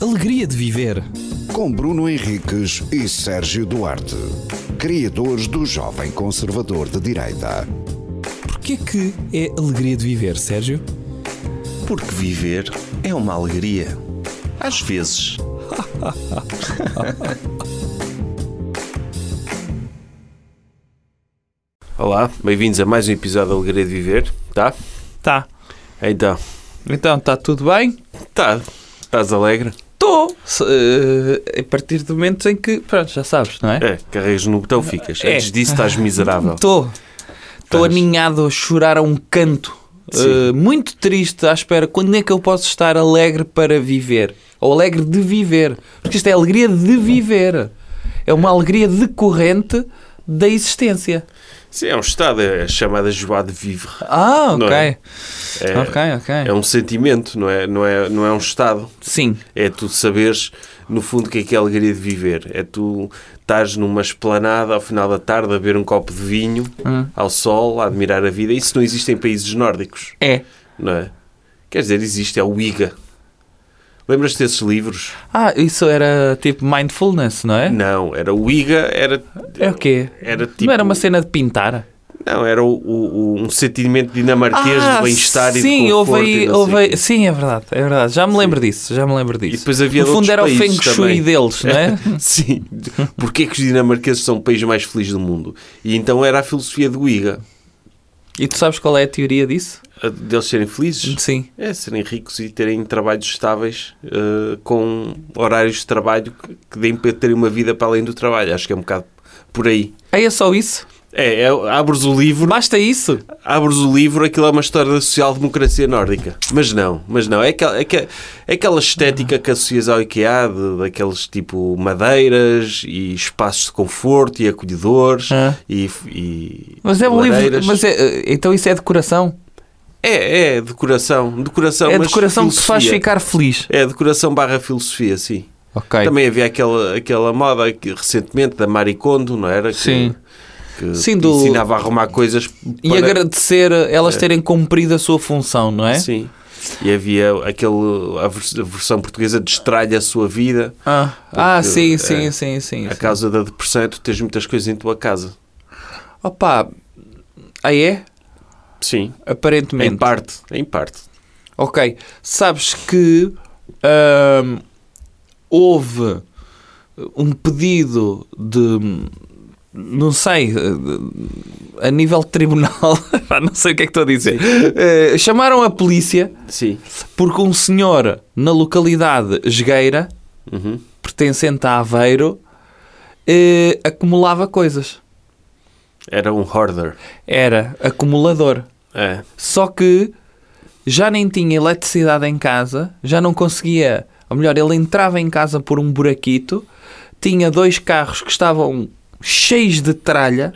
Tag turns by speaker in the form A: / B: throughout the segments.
A: alegria de viver.
B: Com Bruno Henriques e Sérgio Duarte, criadores do Jovem Conservador de Direita.
A: Porquê que é alegria de viver, Sérgio?
C: Porque viver é uma alegria. Às vezes.
D: Olá, bem-vindos a mais um episódio da Alegria de Viver, tá?
E: Tá.
D: Então,
E: Então, está tudo bem?
D: tá, estás alegre?
E: Estou. eh, a partir do momento em que. Pronto, já sabes, não é?
D: É, carregas no botão, ficas.
E: É.
D: Antes disso estás miserável.
E: Estou. Estou aninhado a chorar a um canto.
D: Sim.
E: eh, muito triste à espera. Quando é que eu posso estar alegre para viver? Ou alegre de viver? Porque isto é alegria de viver. É uma alegria decorrente da existência.
D: Sim, é um estado, é a chamada joie de vivre.
E: Ah,
D: Não
E: ok.
D: é? É,
E: Ok, ok.
D: é um sentimento, não é, não, é, não é um estado.
E: Sim.
D: É tu saberes, no fundo, o que é que é a alegria de viver. É tu estás numa esplanada ao final da tarde a beber um copo de vinho, ao sol, a admirar a vida. Isso não existe em países nórdicos,
E: É.
D: não é? Quer dizer, existe, é o IGA. Lembras-te desses livros?
E: Ah, isso era tipo mindfulness, não é?
D: Não, era o IGA, era.
E: É o quê?
D: Era tipo.
E: Não era uma cena de pintar?
D: Não, era o- o- o- um sentimento dinamarquês
E: Ah,
D: de bem-estar e de
E: sim,
D: conforto.
E: houve
D: e
E: aí,
D: não sei
E: houve
D: o
E: aí-
D: quê.
E: sim, é verdade, é verdade. Já me lembro disso, já me lembro disso.
D: E depois havia de
E: no fundo
D: outros
E: era o Feng
D: países
E: Shui
D: também.
E: deles, não é?
D: Sim. Porquê que os dinamarqueses são o país mais feliz do mundo? E então era a filosofia do IGA.
E: e tu sabes qual é a teoria disso?
D: a- Deles serem felizes?
E: Sim.
D: É, serem ricos e terem trabalhos estáveis eh, com horários de trabalho que, que deem para terem uma vida para além do trabalho. Acho que é um bocado por aí.
E: Aí é só isso?
D: É, é abres o livro
E: Basta isso?
D: abres o livro, aquilo é uma história da social-democracia nórdica. Mas não, mas não. É aquela, é aquela, é aquela estética que associas ao IKEA, de, daqueles tipo madeiras e espaços de conforto e acolhedores
E: Ah.
D: e, e
E: Mas é um
D: lareiras.
E: livro. Mas é, então isso é decoração?
D: É, é decoração. Decoração,
E: é
D: Então, mas
E: decoração que te faz
D: filosofia.
E: ficar feliz.
D: É decoração barra filosofia, sim.
E: Ok.
D: Também havia aquela, aquela moda que, recentemente da Maricondo, não era? Que,
E: Sim.
D: Que
E: Sim,
D: te
E: do-
D: ensinava a arrumar coisas
E: E
D: para-
E: agradecer elas terem cumprido a sua função, não é?
D: É. Sim. E havia aquele, a vers- a versão portuguesa de estralha a sua vida
E: Ah, ah,
D: Porque,
E: sim,
D: é,
E: sim, sim, sim.
D: a
E: sim.
D: causa da depressão é tu tens muitas coisas em tua casa.
E: Opa, aí é?
D: Sim.
E: Aparentemente.
D: Em parte. Em parte.
E: Ok. Sabes que ahm, houve um pedido de. Não sei, eh, a nível de tribunal, pá, não sei o que é que estou a dizer. Eh, chamaram a polícia
D: Sim.
E: porque um senhor na localidade Esgueira,
D: Uhum.
E: pertencente a Aveiro, eh, acumulava coisas.
D: Era um hoarder.
E: Era acumulador.
D: É.
E: Só que já nem tinha eletricidade em casa, já não conseguia. Ou melhor, ele entrava em casa por um buraquito, tinha dois carros que estavam cheios de tralha.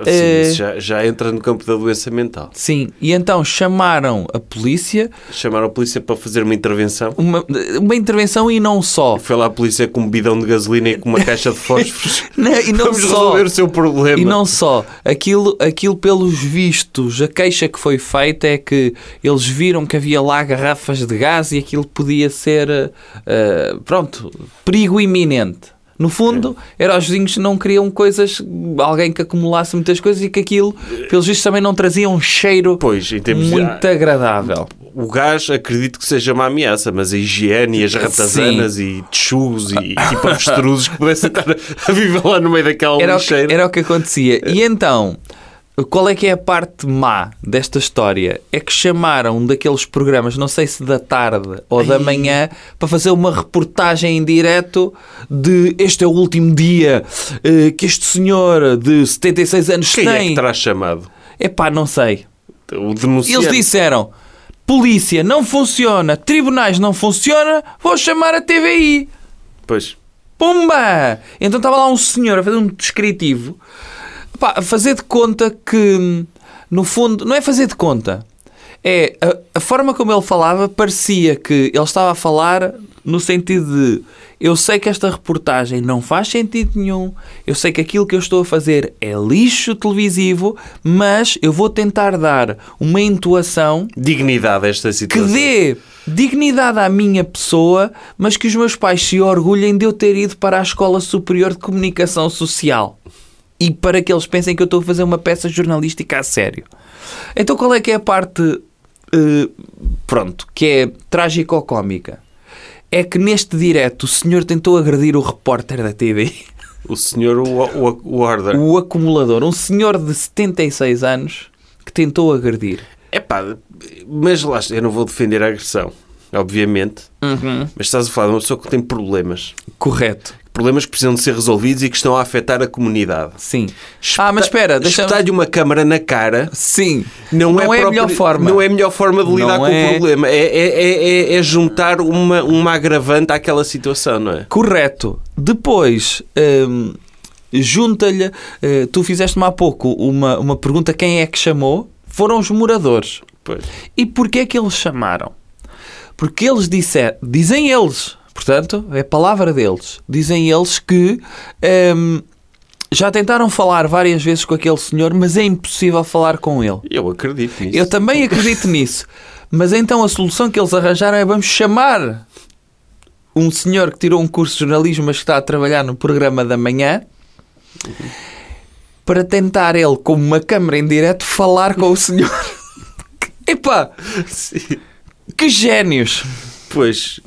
D: Assim,
E: É.
D: isso já, já entra no campo da doença mental.
E: Sim, e então chamaram a polícia,
D: Chamaram a polícia para fazer uma intervenção.
E: uma, uma intervenção e não só.
D: Foi lá a polícia com um bidão de gasolina e com uma caixa de fósforos.
E: Não, e não
D: Vamos
E: só.
D: resolver o seu problema.
E: E não só, aquilo, aquilo pelos vistos, a queixa que foi feita é que eles viram que havia lá garrafas de gás e aquilo podia ser, eh, eh, pronto, perigo iminente. No fundo, eram os vizinhos que não queriam coisas, alguém que acumulasse muitas coisas e que aquilo, pelos vistos, também não trazia um cheiro
D: Pois, em termos de-
E: muito agradável.
D: O gás acredito que seja uma ameaça, mas a higiene e as ratazanas e tchus e tipo avestruzes que pudessem estar a viver lá no meio daquela
E: Era o, que,
D: lixeira.
E: era o que acontecia. E então, qual é que é a parte má desta história? É que chamaram daqueles programas, não sei se da tarde ou da manhã, para fazer uma reportagem em direto de este é o último dia eh, que este senhor de 76 anos
D: Quem é
E: tem.
D: que terá chamado?
E: Epá, não sei.
D: O denunciante.
E: Eles disseram: polícia não funciona, tribunais não funciona, vou chamar a TVI.
D: Pois.
E: Pumba! Então estava lá um senhor a fazer um descritivo, pá, a fazer de conta que, hum, no fundo, não é fazer de conta, é a, a forma como ele falava parecia que ele estava a falar no sentido de eu sei que esta reportagem não faz sentido nenhum, eu sei que aquilo que eu estou a fazer é lixo televisivo, mas eu vou tentar dar uma entoação
D: Dignidade a esta
E: que
D: situação.
E: dê dignidade à minha pessoa, mas que os meus pais se orgulhem de eu ter ido para a Escola Superior de Comunicação Social. E para que eles pensem que eu estou a fazer uma peça jornalística a sério. Então qual é que é a parte, eh, pronto, que é trágico-cómica? É que neste direto o senhor tentou agredir o repórter da TV,
D: O senhor o, o, o Order.
E: o acumulador, um senhor de 76 anos que tentou agredir.
D: Epá, mas lá está, eu não vou defender a agressão, obviamente.
E: Uhum.
D: Mas estás a falar de uma pessoa que tem problemas.
E: Correto.
D: Problemas que precisam de ser resolvidos e que estão a afetar a comunidade.
E: Sim. ah, mas espera, deixa
D: Espetar-lhe uma câmara na cara
E: Sim.
D: não, é,
E: a
D: próprio-
E: melhor forma.
D: Não é a melhor forma de lidar
E: Não
D: com
E: é.
D: o problema. É, é- é- é- é juntar uma, uma agravante àquela situação, não é?
E: Correto. Depois, hum, junta-lhe... eh, tu fizeste-me há pouco uma, uma pergunta, quem é que chamou? Foram os moradores.
D: Pois.
E: E porquê é que eles chamaram? Porque eles disseram... Dizem eles, portanto, é a palavra deles. Dizem eles que... hum, já tentaram falar várias vezes com aquele senhor, mas é impossível falar com ele.
D: Eu acredito nisso.
E: Eu também acredito nisso. Mas então a solução que eles arranjaram é vamos chamar um senhor que tirou um curso de jornalismo, mas que está a trabalhar no programa da manhã, para tentar ele, com uma câmara em direto, falar com o senhor. Epá,
D: Sim.
E: que génios!
D: Pois.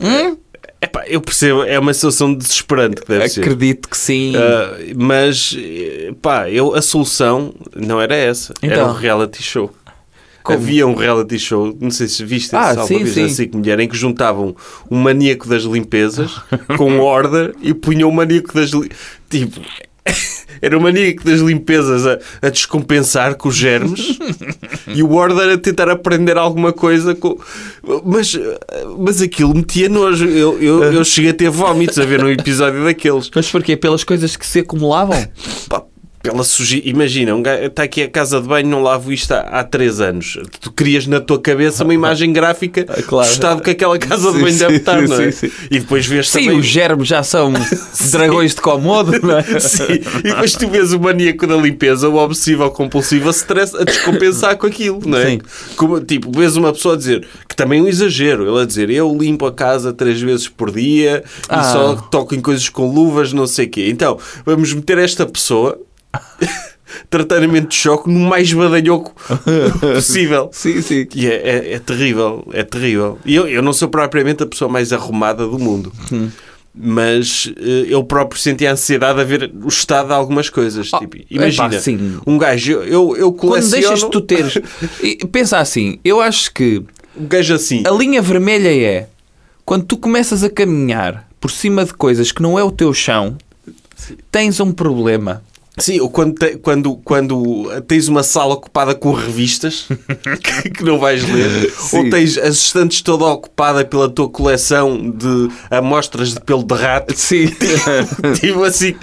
D: Epá, eu percebo, é uma situação desesperante que deve ser.
E: Acredito que sim.
D: Ah, mas, eh, pá, eu, a solução não era essa. Era
E: Então.
D: um reality show.
E: Como?
D: Havia um reality show, não sei se viste
E: Ah,
D: esse alguma
E: sim,
D: vez,
E: sim.
D: na SIC Mulher, em que juntavam um maníaco das limpezas com um order e punham o maníaco das... li- Tipo, era o maníaco das limpezas a, a descompensar com os germes e o order a tentar aprender alguma coisa com... Mas, mas aquilo metia nojo. Eu, eu, eu cheguei a ter vómitos a ver um episódio daqueles.
E: Mas porquê? Pelas coisas que se acumulavam?
D: Pá, pela sujeira. Imagina, um gajo está aqui a casa de banho, não lavo isto há, há três anos. Tu crias na tua cabeça uma imagem gráfica
E: Ah, claro.
D: do estado que aquela casa de
E: Sim,
D: banho deve
E: sim,
D: estar, não é?
E: sim, sim.
D: E depois vês
E: Sim,
D: também.
E: os germes já são dragões de Komodo, não é?
D: Sim, e depois tu vês o maníaco da limpeza, o obsessivo ou compulsivo, a, stress, a descompensar com aquilo, não é?
E: Sim.
D: Como, tipo, vês uma pessoa a dizer que também é um exagero, ele a dizer eu limpo a casa três vezes por dia
E: Ah.
D: e só toco em coisas com luvas, não sei o quê. Então, vamos meter esta pessoa. Tratamento de choque no mais badalhoco possível.
E: Sim, sim.
D: E é, é- é terrível, é terrível. E eu, eu não sou propriamente a pessoa mais arrumada do mundo.
E: Hum.
D: Mas eh, eu próprio senti a ansiedade a ver o estado de algumas coisas.
E: Ah,
D: tipo, imagina,
E: epá, sim.
D: um gajo, eu, eu, eu
E: Quando deixas
D: coleciono
E: tu teres. E Pensa assim, eu acho que
D: um gajo assim.
E: a linha vermelha é quando tu começas a caminhar por cima de coisas que não é o teu chão, tens um problema.
D: Sim, ou quando, te- quando, quando tens uma sala ocupada com revistas que, que não vais ler, ou tens as estantes toda ocupada pela tua coleção de amostras de pelo de rato,
E: Sim.
D: tipo assim,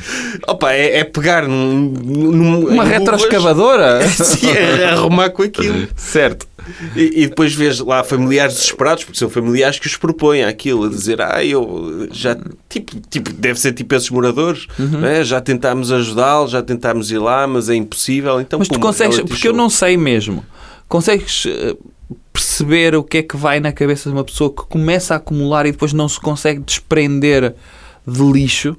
D: opa, é, é pegar num, num-
E: Uma
D: em luvas,
E: retroescavadora?
D: Sim, é arrumar com aquilo.
E: certo.
D: E, e depois vês lá familiares desesperados, porque são familiares que os propõem aquilo, a dizer, ah, eu já, tipo, tipo deve ser tipo esses moradores,
E: Uhum.
D: não é? já tentámos ajudá-los, já tentámos ir lá, mas é impossível, então...
E: Mas tu
D: pumba,
E: consegues,
D: reality
E: porque eu
D: show.
E: não sei mesmo, consegues eh, perceber o que é que vai na cabeça de uma pessoa que começa a acumular e depois não se consegue desprender de lixo?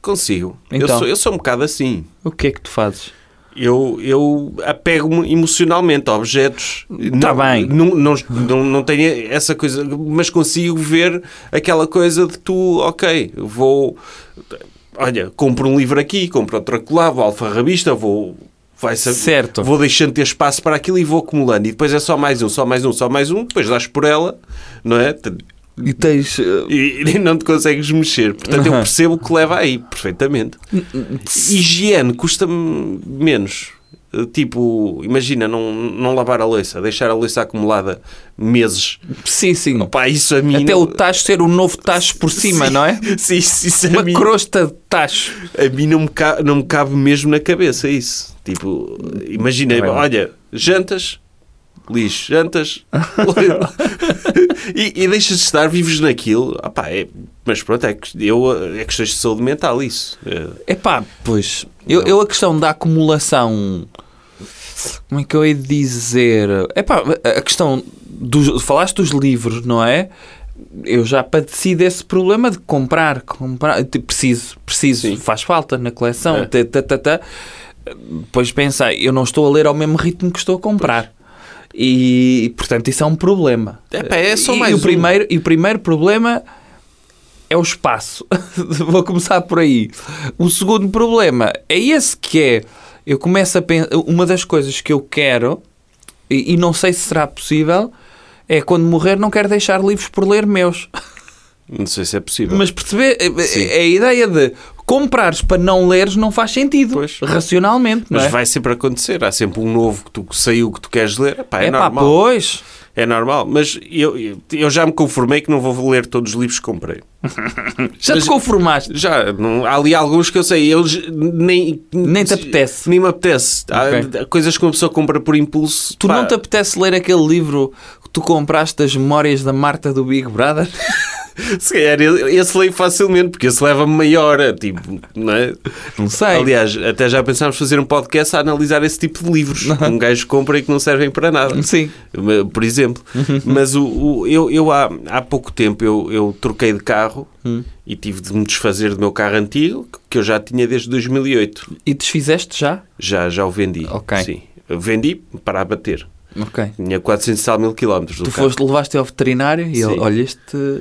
D: Consigo.
E: Então.
D: Eu, sou, eu sou um bocado assim.
E: O que é que tu fazes?
D: Eu, eu apego-me emocionalmente a objetos.
E: Tá
D: não,
E: bem.
D: Não, não, não, não tenho essa coisa, mas consigo ver aquela coisa de tu, ok, vou. Olha, compro um livro aqui, compro outro lá, vou à alfarrabista, vou. Vai saber,
E: Certo.
D: Vou deixando ter espaço para aquilo e vou acumulando. E depois é só mais um, só mais um, só mais um, depois dás por ela, não é?
E: E tens. eh,
D: E, e não te consegues mexer. Portanto, eu
E: Aham.
D: percebo o que leva aí, perfeitamente. Higiene custa-me menos. Eh, Tipo, imagina não, não lavar a louça, deixar a louça acumulada meses.
E: Sim, sim.
D: Pá, isso a mim.
E: Até
D: não-
E: o tacho ser um novo tacho por cima, não é?
D: Sim, isso, isso a,
E: Uma
D: mim,
E: crosta de tacho.
D: a mim não me, cabe, não me cabe mesmo na cabeça isso. Tipo, imagina,
E: Não é bom.
D: olha, jantas, lixo, jantas e, e deixas de estar, vives naquilo. Ah, pá, é- mas pronto, é, que- eu, é questões de saúde mental isso. É,
E: É pá, pois. Eu, eu a questão da acumulação. Como é que eu hei de dizer? É pá, a questão. Dos, falaste dos livros, não é? Eu já padeci desse problema de comprar, comprar. Tipo, Preciso, preciso, faz falta na coleção.
D: É.
E: tã, tã, tã, tã. Pois pensei, eu não estou a ler ao mesmo ritmo que estou a comprar. E, portanto, isso é um problema.
D: É pá, é só
E: e,
D: mais
E: e o
D: um.
E: primeiro E o primeiro problema é o espaço. Vou começar por aí. O segundo problema é esse que é... Eu começo a pensar... Uma das coisas que eu quero, e, e não sei se será possível, é quando morrer não quero deixar livros por ler meus.
D: não sei se é possível.
E: Mas perceber... É, é a ideia de... Comprares para não leres não faz sentido,
D: Pois.
E: racionalmente, não
D: Mas
E: é?
D: vai sempre acontecer. Há sempre um novo que, tu, que saiu que tu queres ler. Epá, é,
E: é pá,
D: normal.
E: pois...
D: É normal. Mas eu, eu já me conformei que não vou ler todos os livros que comprei.
E: Já te conformaste.
D: Já, não, há ali alguns que eu sei, eles nem...
E: Nem te apetece.
D: Nem me apetece. Há coisas que uma pessoa compra por impulso.
E: Tu
D: pá,
E: não te apetece ler aquele livro que tu compraste das memórias da Marta do Big Brother?
D: Se calhar esse leio facilmente, porque esse leva-me meia hora, tipo, não é?
E: Não sei.
D: Aliás, até já pensámos fazer um podcast a analisar esse tipo de livros que um gajo compra e que não servem para nada.
E: Sim. Uhum.
D: Por exemplo. Mas o, o- eu, eu há, há pouco tempo eu, eu troquei de carro
E: Hum.
D: e tive de me desfazer do meu carro antigo, que eu já tinha desde 2008.
E: E desfizeste já?
D: Já, já o vendi.
E: Ok.
D: Sim. Vendi para abater.
E: Ok.
D: Tinha 400 e tal mil quilómetros do
E: Tu
D: carro.
E: foste, levaste ao veterinário e ele,
D: Sim.
E: olha, este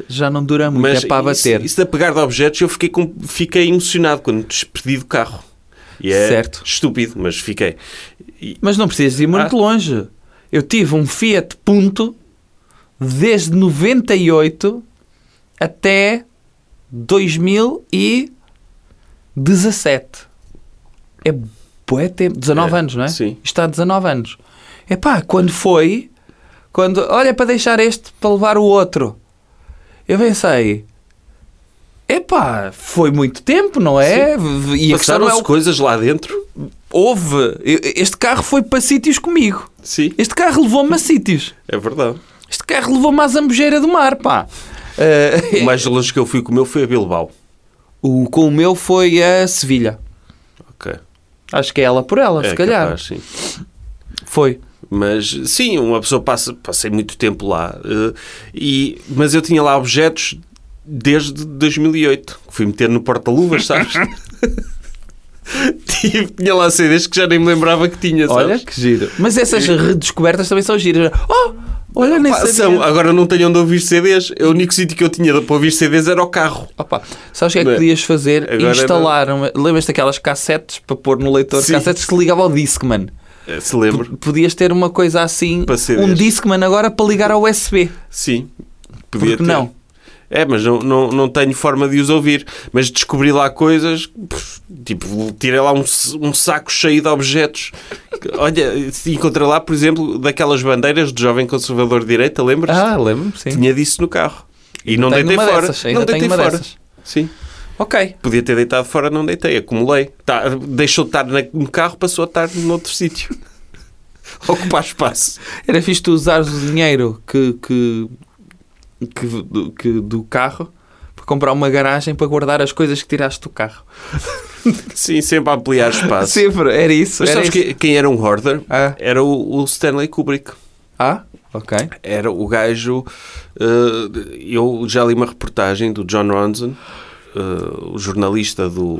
E: já não dura muito, é para abater.
D: Isso, isso de apegar de objetos, eu fiquei, com- fiquei emocionado quando despedi do carro. E é
E: Certo.
D: estúpido, mas fiquei. E-
E: Mas não precisas ir muito
D: Ah.
E: longe. Eu tive um Fiat Punto desde 98 até 2017. É bué tempo. 19
D: É,
E: anos, não é?
D: sim.
E: Está há 19 anos. É pá, quando foi... Quando, olha, para deixar este, para levar o outro. Eu pensei... Epá, foi muito tempo, não é? V- E a questão não é
D: Passaram-se
E: o
D: coisas lá dentro?
E: houve. Este carro foi para sítios comigo.
D: Sim,
E: Este carro levou-me a sítios.
D: é verdade.
E: Este carro levou-me à zambujeira do mar, pá.
D: O
E: Eh,
D: mais longe que eu fui com o meu foi a Bilbao.
E: o, com o meu foi a Sevilha.
D: Ok.
E: Acho que é ela por ela,
D: É
E: se calhar.
D: capaz, sim.
E: Foi.
D: Mas sim, uma pessoa passa, passei muito tempo lá. eh, e, mas eu tinha lá objetos desde 2008. que Fui meter no porta-luvas, sabes? Tive- tinha lá CDs que já nem me lembrava que tinha, sabes?
E: Olha que giro. Mas essas redescobertas também são giras. Oh, olha, nem
D: Pá,
E: sabia.
D: são, agora não tenho onde ouvir CDs. O único sítio que eu tinha para ouvir CDs era o carro.
E: Opa, sabes o que é que
D: Bem,
E: podias fazer?
D: agora
E: Instalar. uma- Lembras-te daquelas cassetes para pôr no leitor?
D: Sim.
E: Cassetes que ligava ao Discman.
D: Eh, Se lembro.
E: Podias ter uma coisa assim,
D: Para CDs.
E: um Discman agora para ligar ao USB.
D: Sim.
E: Porque
D: Podia ter.
E: não?
D: É, mas não, não, não tenho forma de os ouvir. Mas descobri lá coisas, pff, tipo, tirei lá um, s- um saco cheio de objetos. Olha, encontrei lá, por exemplo, daquelas bandeiras do Jovem Conservador de Direita, lembras?
E: Ah, lembro-me, sim.
D: Tinha disso no carro. E não
E: Tenho
D: deitei
E: uma
D: fora.
E: dessas, ainda
D: não
E: tenho
D: deitei
E: uma
D: fora.
E: dessas.
D: Sim.
E: Ok.
D: Podia ter deitado fora, não deitei. Acumulei. Tá, deixou de estar na- no carro, passou a estar noutro sítio. Ocupar espaço.
E: Era fixe tu usares o dinheiro que, que, que, do, que- do carro para comprar uma garagem para guardar as coisas que tiraste do carro.
D: Sim, sempre a ampliar espaço.
E: Sempre, era isso.
D: Mas
E: era
D: sabes
E: isso.
D: que- quem era um hoarder?
E: Ah.
D: Era o- o Stanley Kubrick.
E: Ah, ok.
D: era o gajo. eh, eu já li uma reportagem do John Ronson, eh, o jornalista do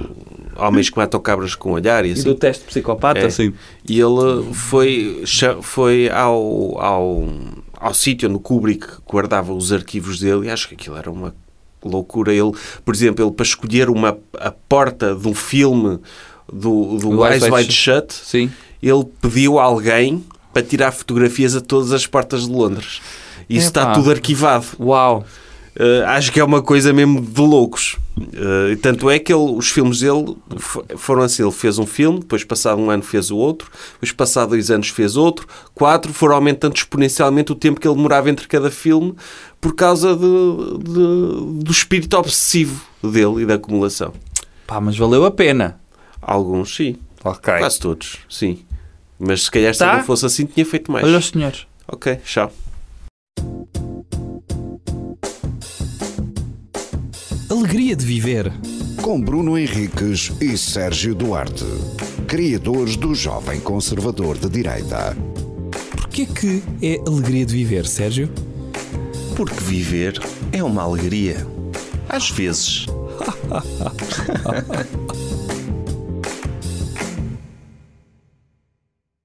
D: Homens que Matam Cabras com Olhar e
E: E
D: assim.
E: do teste psicopata,
D: É.
E: sim.
D: E ele foi, cha- foi ao, ao, ao sítio onde o Kubrick guardava os arquivos dele e acho que aquilo era uma loucura. Ele, por exemplo, ele para escolher uma, a porta de um filme do, do Eyes Wide Shut,
E: Sim.
D: ele pediu a alguém para tirar fotografias a todas as portas de Londres. Isso
E: Epá.
D: está tudo arquivado.
E: Uau.
D: Uh, acho que é uma coisa mesmo de loucos. Uh, e tanto é que ele- os filmes dele fo- foram assim: ele fez um filme, depois passado um ano fez o outro, depois passado dois anos fez outro, quatro, foram aumentando exponencialmente o tempo que ele demorava entre cada filme por causa de- de- do espírito obsessivo dele e da acumulação.
E: Pá, mas valeu a pena.
D: Alguns, sim.
E: Ok.
D: Quase todos, sim. Mas se calhar se
E: Tá.
D: não fosse assim, tinha feito mais.
E: Olha os senhores.
D: Ok, tchau.
A: Alegria de viver.
B: Com Bruno Henriques e Sérgio Duarte, criadores do Jovem Conservador de Direita.
A: Porquê que é alegria de viver, Sérgio?
C: Porque viver é uma alegria. Às vezes.